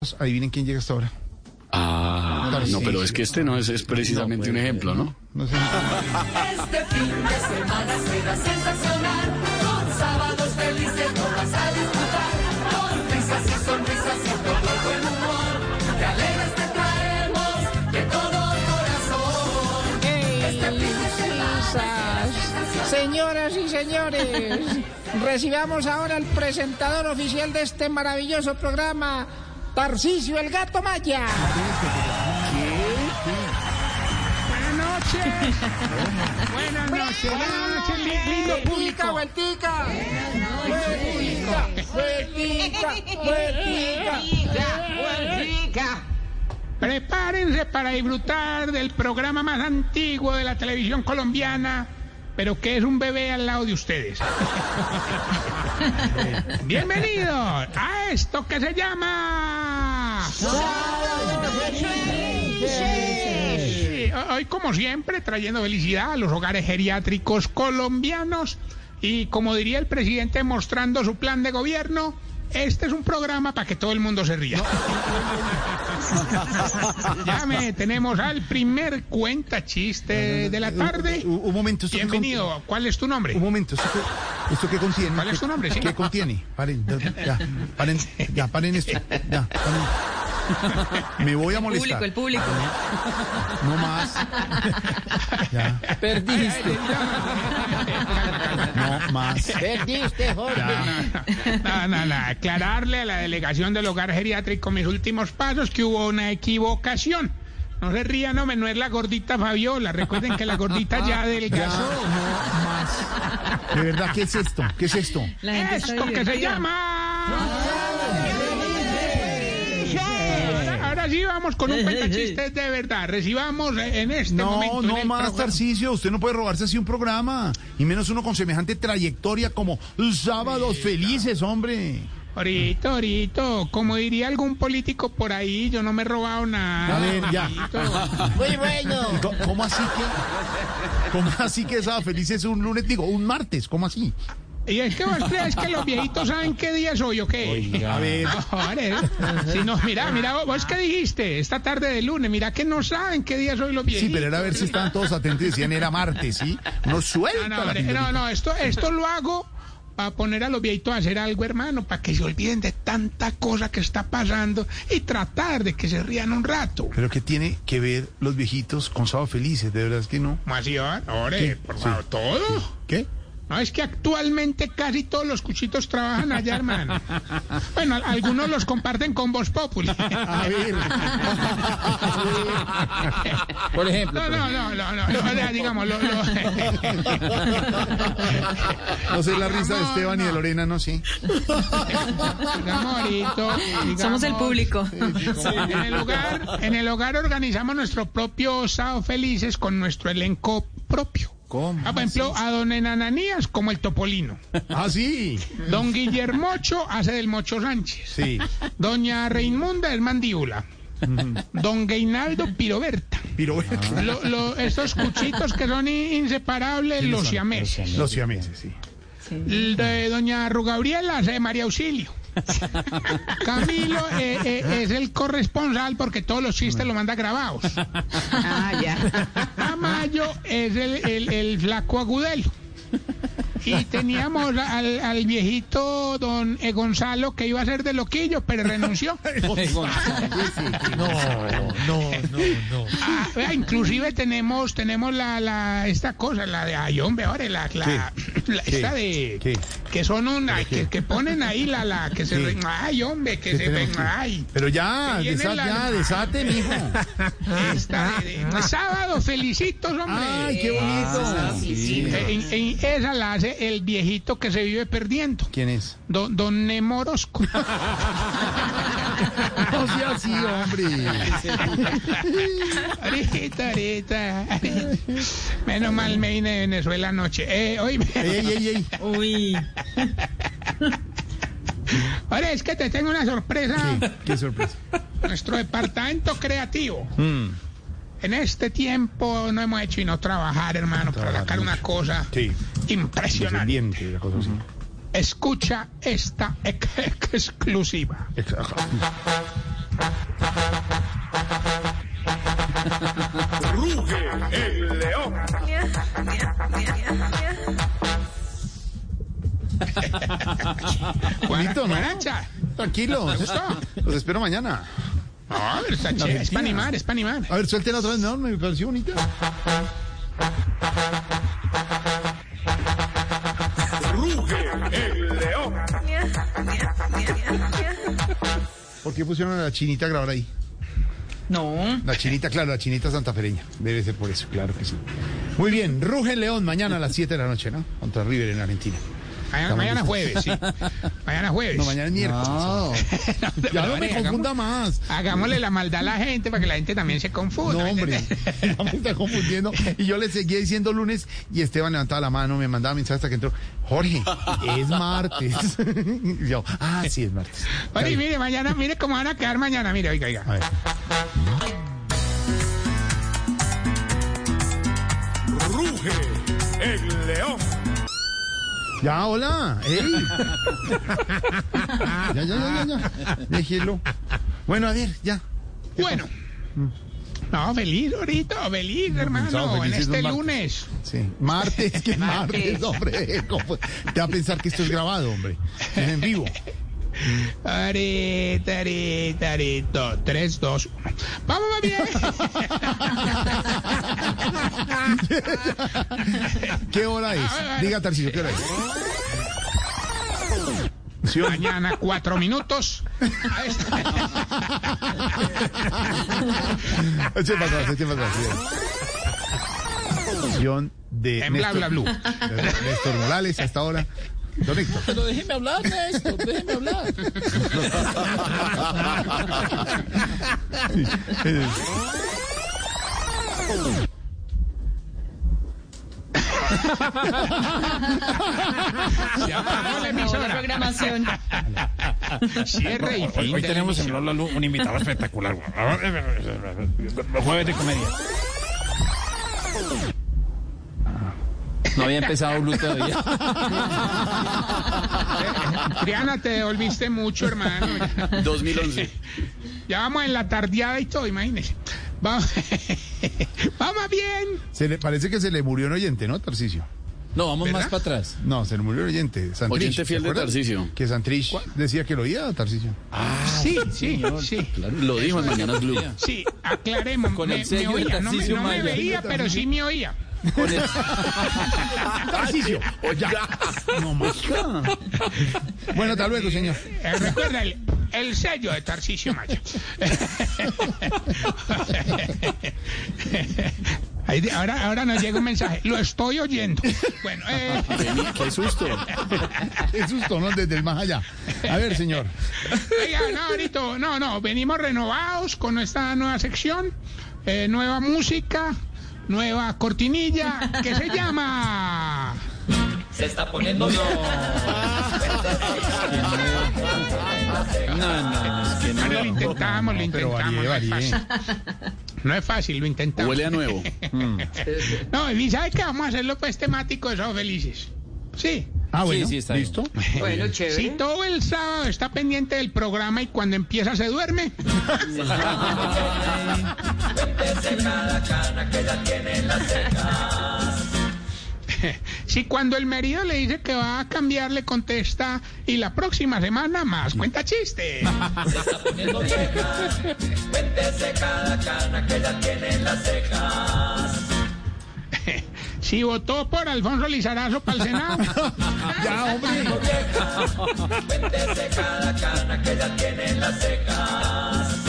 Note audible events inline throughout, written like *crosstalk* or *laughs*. Pues, Adivinen quién llega hasta ahora. Ah, no, pero es que este no es, es pues, precisamente un *laughs* ejemplo, ¿no? No sé. Este fin de semana será sensacional. Con sábados felices no vas a disfrutar. Con risas y sonrisas y todo buen humor. Te alegres te traemos de todo corazón. Risas. Señoras y señores, recibamos ahora al presentador oficial de este maravilloso programa, Tarcisio el Gato Maya. Buenas noches. Buenas noches. Buenas noches, mi lindo público. Vueltica, vueltica. Vueltica, vueltica, Prepárense para disfrutar del programa más antiguo de la televisión colombiana, pero que es un bebé al lado de ustedes. Bienvenidos a esto que se llama... Sí, Hoy, como siempre, trayendo felicidad a los hogares geriátricos colombianos y, como diría el presidente, mostrando su plan de gobierno. Este es un programa para que todo el mundo se ría. ya me tenemos al primer cuenta chiste eh, de la tarde. Eh, Un, un momento. ¿esto qué Bienvenido. ¿Cuál es tu contiene? nombre? Un *laughs* momento. ¿Esto qué, esto qué contiene? ¿Cuál es tu nombre? Sí. ¿Qué contiene? Paren, ya, ya, paren, ya, paren esto. Ya, paren. Me voy a molestar. público, el público. No más. Ya, Perdiste, no más. perdiste, Jorge. No, no, no. Aclararle a la delegación del hogar geriátrico mis últimos pasos que hubo una equivocación. No se rían, hombre, no es la gordita Fabiola. Recuerden que la gordita *laughs* ya Ya, adelgazó. no más. De verdad, ¿qué es esto? ¿Qué es esto? La gente está Esto que se divertida. llama. Ahora, ahora sí vamos con un cuentachiste de verdad. Recibamos en este momento. No, en no el más, programa- Tarcicio. Usted no puede robarse así un programa. Y menos uno con semejante trayectoria como Sábados Felices, hombre. Orito, orito, como diría algún político por ahí, yo no me he robado nada. A ver, ya. Orito. Muy bueno. Co- ¿Cómo, así que? ¿Cómo así que Sábados Felices es un lunes? Digo, un martes. ¿Cómo así? Y es que vos crees que los viejitos saben qué día es hoy o qué. *laughs* A ver. Joder, si no, mira, mira, vos qué dijiste esta tarde de lunes, mira que no saben qué día es hoy los Sí, viejitos. pero era a ver si estaban todos atentos y decían era martes, ¿sí? No suelta No, no, la hombre, gente. no, no, esto, esto lo hago para poner a los viejitos a hacer algo, hermano, para que se olviden de tanta cosa que está pasando y tratar de que se rían un rato. Pero ¿qué tiene que ver los viejitos con Sábados Felices? De verdad es que no. ¿Cómo así, ah? ¿Qué? Ore, por Sí. favor, todo. ¿Qué? No, es que actualmente casi todos los cuchitos trabajan allá, hermano. Bueno, al- algunos los comparten con Voz Populi. A *laughs* ver. Por ejemplo. No, no, no, no, no, no, o sea, digamos, lo, lo- No sé la risa de No, Esteban y de no. Ah, Lorena, no sé. digamos, ahorita, Somos el digamos, público. En el hogar, en el hogar organizamos nuestro propio Sábado Felices con nuestro elenco propio. ¿Cómo? Ah, por ejemplo, a don Enananías como el Topolino. Ah, sí. Don Guillermocho hace del Mocho Sánchez. Sí. Doña Reinmunda es mandíbula. Don Gainaldo Piroberta. Pirobetas. Lo- lo- estos cuchitos que son i- inseparables, los siameses. Los siameses, *laughs* sí. El De doña Rugabriela hace de María Auxilio. Camilo eh, eh, es el corresponsal porque todos los chistes lo manda grabados. *laughs* Ah, ya. Tamayo es el, el- el flaco agudelo. Y teníamos al, al viejito don eh, Gonzalo que iba a ser de loquillo, pero renunció. No, no, no, no. Ah, vea, inclusive tenemos tenemos la, la esta cosa la de ay hombre ahora la, la, la- esta de ¿Qué? que son una que, que ponen ahí la la que se Sí. re- ay hombre que ¿Qué se tenemos ven aquí? ay Pero ya, Se viene desa- la- ya, desate, mijo. *laughs* esta de, de- sábado felicitos hombre Ay, qué bonito. Eh, eh, eh, esa la hace el viejito que se vive perdiendo ¿Quién es? don, don *laughs* Nemorosco No sea así, hombre. Ahorita, ahorita. Menos mal me vine de Venezuela anoche. Eh, hoy me- Ey, ey, ey, ey. Uy. Ahora es que te tengo una sorpresa. Qué sorpresa. Nuestro departamento creativo. Mm. En este tiempo no hemos hecho y no trabajar, hermano, para sacar una cosa Sí. impresionante. Pendiente, la cosa así. Escucha esta ex- *laughs* ex- exclusiva. Ex- ajá. Bonito, ¿no? Guaracha. Tranquilo. Los espero mañana. No, pero está chévere, Es para animar, es para animar. A ver, suéltela otra vez, ¿no? Me pareció bonita. ¿Por qué pusieron a la chinita a grabar ahí? No. La chinita, claro, la chinita santafereña. Debe ser por eso, claro que sí. Muy bien, Ruge el León mañana a las 7 de la noche, ¿no? Contra River en Argentina. Mañana, mañana jueves, sí. Mañana jueves. No, *laughs* mañana es miércoles. No, pero Ya no me vale, confunda más. hagamos- Hagámosle la maldad a la gente para que la gente también se confunda. No, ¿me hombre, entiendes? *laughs* ya me está confundiendo. Y yo le seguía diciendo lunes y Esteban levantaba la mano, me mandaba mensaje hasta que entró. Jorge, es martes. *laughs* Y yo, ah, sí, es martes. Oye, y Está bien. mire, mañana, mire cómo van a quedar mañana. Mire, oiga, oiga. A ver. Ya, hola. *laughs* ey. ya, ya, ya, ya, ya. Déjelo. Bueno, a ver, ya. Bueno. No, feliz ahorita, feliz, pensaba, hermano, feliz es un en este martes. lunes. Sí. Martes, *laughs* que martes, Martes. hombre. ¿Cómo fue? Te va a pensar que esto es grabado, hombre. Es en *laughs* vivo. Ahorita, ahorita, ahorita. Tres, dos, uno. ¡Vamos, mami! ¿Qué hora es? Diga, Tarcillo, ¿qué hora *laughs* es? *laughs* ¿Sí o no? Mañana, cuatro minutos. A esta- *laughs* Eche para atrás, eche para atrás. sí. Guión de En bla, bla, bla. de Néstor Morales hasta ahora. Don Héctor. Pero déjeme hablar, Néstor, déjeme hablar. Eh, Ah, Se apagó la No, la emisora. programación. Cierre y fin. Hoy de tenemos en *laughs* emisión. Bla Bla Blue un invitado espectacular. güey. Jueves de comedia. No había empezado Blue *laughs* todavía. Triana, te devolviste mucho, hermano. 2011. Ya vamos en la tardeada y todo, imagínese. Vamos, *laughs* vamos bien. se le, parece que se le murió un oyente, ¿no, Tarcicio? No, vamos más para atrás. No, se le murió un oyente. Santrich, Oyente ¿te fiel de acuerdas? Tarcisio. Que Santrich decía que lo oía, Tarcicio. sí, sí, sí. Claro, lo dijo en Mañanas Blue. Sí, aclaremos. Con el me, me sello de oía, no me, Tarcisio no me Maya. veía, pero sí me oía. Con el- Tarcicio. *laughs* Oiga. No más. Bueno, hasta luego, señor. Eh, recuerda el, el sello de Tarcisio Maya. *laughs* Ahí de- Ahora, ahora nos llega un mensaje. Lo estoy oyendo. Bueno, eh, Vení, Qué susto. Es susto, ¿no? Desde el más allá. A ver, señor. *laughs* Oiga, no, Benito, no, no, venimos renovados con esta nueva sección, eh, nueva música, nueva cortinilla, que se llama... Se está poniendo No, no, es que no. Mario, lo intentamos, lo pero intentamos, varíe, no es varíe. fácil. No es fácil, lo intentamos. Huele a nuevo. No, y ¿sabe qué? Vamos a hacerlo pues temático de Somos Felices. Sí. Ah, bueno, Sí, sí, está bien. listo. Bueno, chévere. Si todo el sábado está pendiente del programa y cuando empieza se *laughs* duerme, si cuando el marido le dice que va a cambiar, le contesta y la próxima semana más cuenta chiste. *laughs* Si votó por Alfonso Lizarazo para el Senado. *laughs* Ya, hombre. *laughs*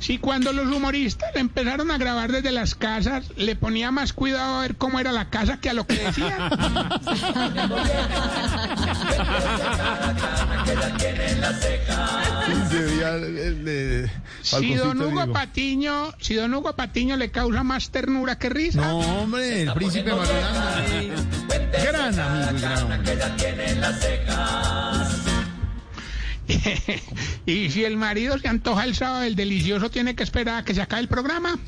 Si Si cuando los humoristas empezaron a grabar desde las casas, le ponía más cuidado a ver cómo era la casa que a lo *laughs* que decía. Debía, eh, le- Si Falconcito, don, Hugo digo. Patiño, si don Hugo Patiño le causa más ternura que risa. No, hombre, el príncipe Maradona. Gran amigo y gran hombre. *laughs* y si el marido se antoja el sábado del delicioso, tiene que esperar a que se acabe *laughs* el programa.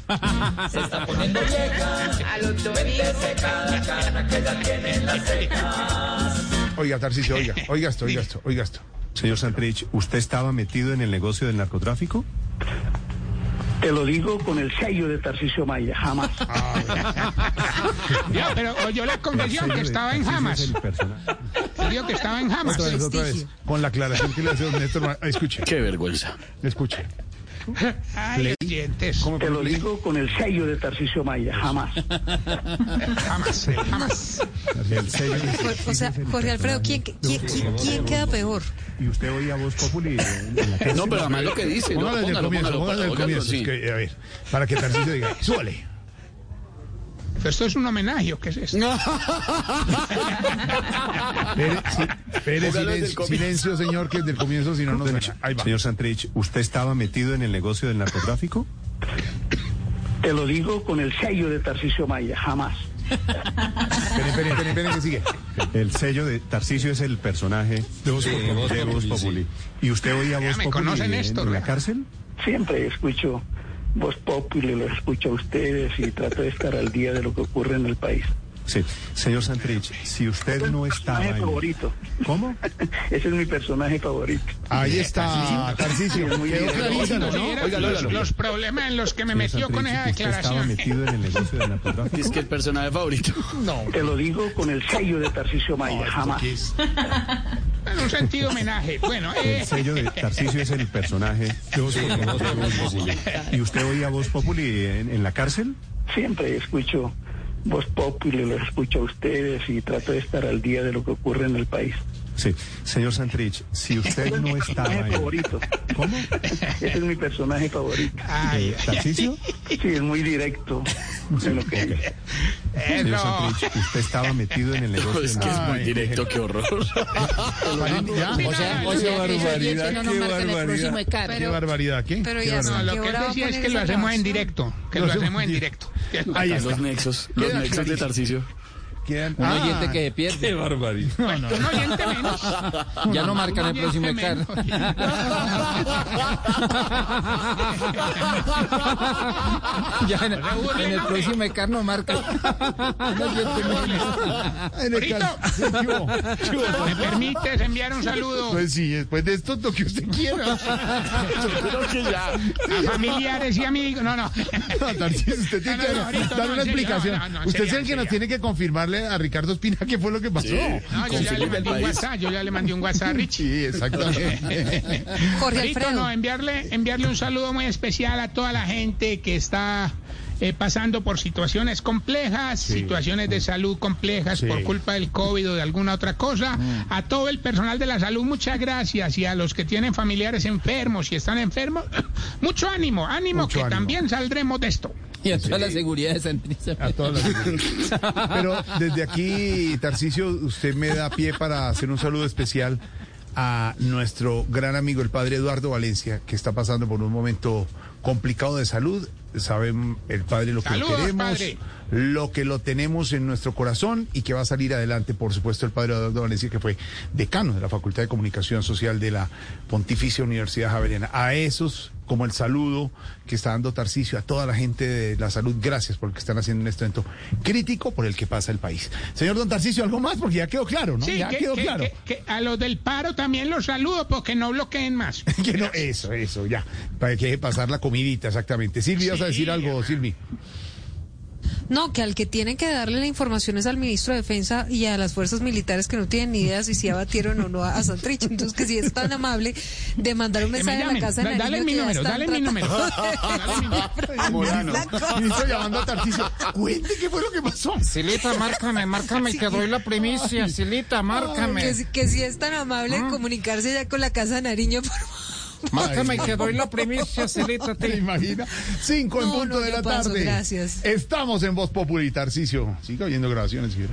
Oiga, Tarcito, oiga, oiga esto, oiga esto, oiga esto. Señor Santrich, ¿usted estaba metido en el negocio del narcotráfico? Te lo digo con el sello de Tarcisio Maya, jamás. Ya, pero oyó la confesión que estaba en Hamas. Dijo que estaba en Hamas. Otra vez, otra vez. Con la aclaración que le hace don Néstor. Ma- Ah, Escuche, Qué vergüenza. escuche. *laughs* Ay, oyentes. Te lo digo con el sello de Tarcisio Maya, jamás. Jamás, jamás. El sello de Jo- O sea, Tarcisio Jorge Alfredo, ¿quién, Fernández. quién, quién- quién queda peor? Y usted oía voz populi en en la casa. *laughs* No, pero además lo que dice. No, Póngale desde el póngalo, comienzo, póngalo, póngale desde el póngalo, comienzo. sí. es que, a ver, para que Tarcito diga, súbale. Pero esto es un homenaje, ¿o ¿qué es esto? Pere, sí, Pere, Póngalo desde silencio, el comienzo. silencio, señor, que desde el comienzo, si no, no suena. Ahí va. Señor Santrich, ¿usted estaba metido en el negocio del narcotráfico? Te lo digo con el sello de Tarcisio Maya, jamás. Esperen, esperen, esperen, esperen, que sigue. *laughs* El sello de Tarcisio es el personaje de Voz Populi. ¿Y usted oía Voz me Populi conocen en, esto, en la ya. cárcel? Siempre escucho Voz Pop y los escucho a ustedes y trato de estar al día de lo que ocurre en el país. Sí. Señor Santrich, si usted no estaba... personaje en- favorito. ¿Cómo? *laughs* Ese es mi personaje favorito. Ahí está, Tarcicio. Quedó clarísimo, Si ¿no? vieras los, los problemas en los que me Señor metió con Santrich, esa ¿usted estaba declaración. metido en el negocio del narcotráfico? Es que el personaje favorito. Te lo digo con el sello de Tarcisio Maya, jamás. En un sentido homenaje. *laughs* Bueno, eh, El sello de Tarcisio es el personaje. de Voz Populi. ¿Y usted oía Voz Populi en, en la cárcel? Siempre escucho Voz Pop y los escucho a ustedes y trato de estar al día de lo que ocurre en el *laughs* país. Sí. Señor Santrich, si usted *laughs* no estaba... personaje En... favorito. ¿Cómo? Ese es mi personaje favorito. Eh, ay, ¿Tarcisio? Sí, es muy *laughs* directo en lo que Eh, dice. Señor eso. Santrich, usted estaba metido en el negocio *laughs* Es del que es muy narcotráfico. directo, qué horror. O sea, o sea, que ellos barbaridad, dicen, no, qué no marcan el próximo de barbaridad. cara. Qué barbaridad, ¿qué? Pero Qué ya barbaridad. No, lo ¿Qué que él hora va a decía es poner que lo esa hacemos en grabación? directo. Que Lo lo hacemos hacemos en en directo. Ahí Los está. nexos, los Queda nexos de clarísimo. Tarcicio. Quedan- Un Ah, oyente que pierde. Qué barbaridad. Un oyente menos. *laughs* Ya no marcan el próximo Oyente ECAR. *laughs* ya en, en el próximo ECAR no marcan. Un oyente menos. en el Ahorita. cal- *laughs* Sí, ¿qué hubo? ¿Qué hubo? ¿Me permites enviar un saludo Pues sí, después de esto, lo que usted quiera. a familiares y amigos? No, *laughs* no. *laughs* No, Tarcisio, usted tiene No, no, que no, ahorita, dar no, una en serio, explicación. no, no, en usted es serio, el en que nos serio. tiene que confirmarle a Ricardo Espina qué fue lo que pasó. No, yo ya le Confirme el mandé un país. WhatsApp, yo ya le mandé un WhatsApp a Richie. Sí, *laughs* exactamente. Jorge Rito, Alfredo. no, enviarle, enviarle un saludo muy especial a toda la gente que está eh, pasando por situaciones complejas, situaciones de salud complejas por culpa del COVID o de alguna otra cosa. Mm. A todo el personal de la salud, muchas gracias. Y a los que tienen familiares enfermos y están enfermos, *coughs* mucho ánimo, ánimo Mucho que ánimo. también saldremos de esto. Y a toda la seguridad de Santrich. A todas las- Pero desde aquí, Tarcicio, usted me da pie para hacer un saludo especial a nuestro gran amigo, el padre Eduardo Valencia, que está pasando por un momento complicado de salud. Saben el padre lo que lo Saludos, queremos, padre. lo que lo tenemos en nuestro corazón y que va a salir adelante, por supuesto, el padre Eduardo Valencia, que fue decano de la Facultad de Comunicación Social de la Pontificia Universidad Javeriana. A esos, como el saludo que está dando Tarcicio, a toda la gente de la salud, gracias por lo que están haciendo en este momento crítico por el que pasa el país. Señor don Tarcicio, algo más, porque ya quedó claro, ¿no? Sí, ya que- quedó que- claro. que- que a los del paro también los saludo porque no bloqueen más. *laughs* Que no, eso, eso, ya. Para que deje pasar la comidita, exactamente. Silvi, vas a decir Sí, algo, ajá. Silvi. No, que al que tienen que darle la información es al ministro de Defensa y a las fuerzas militares que no tienen ni idea si se abatieron o no a Santrich. Entonces, que si es tan amable de mandar un Que me mensaje a la llamen. casa de Da- dale Nariño mi que ya número, están dale mi *laughs* número. Dale mi número. Morano. Ministro, llamando a Tarcicio. Cuente qué fue lo que pasó. Silita, márcame, márcame, que doy la primicia. Silita, Ah. Que, si- que si es tan amable de comunicarse ya con la Casa de Nariño, por, Mátame que doy la primicia, Celita. ¿Te imaginas? Cinco en No, punto no, de yo la paso, tarde. gracias. Estamos en Voz Populi, Tarcicio. Sigue oyendo grabaciones, fiera.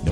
No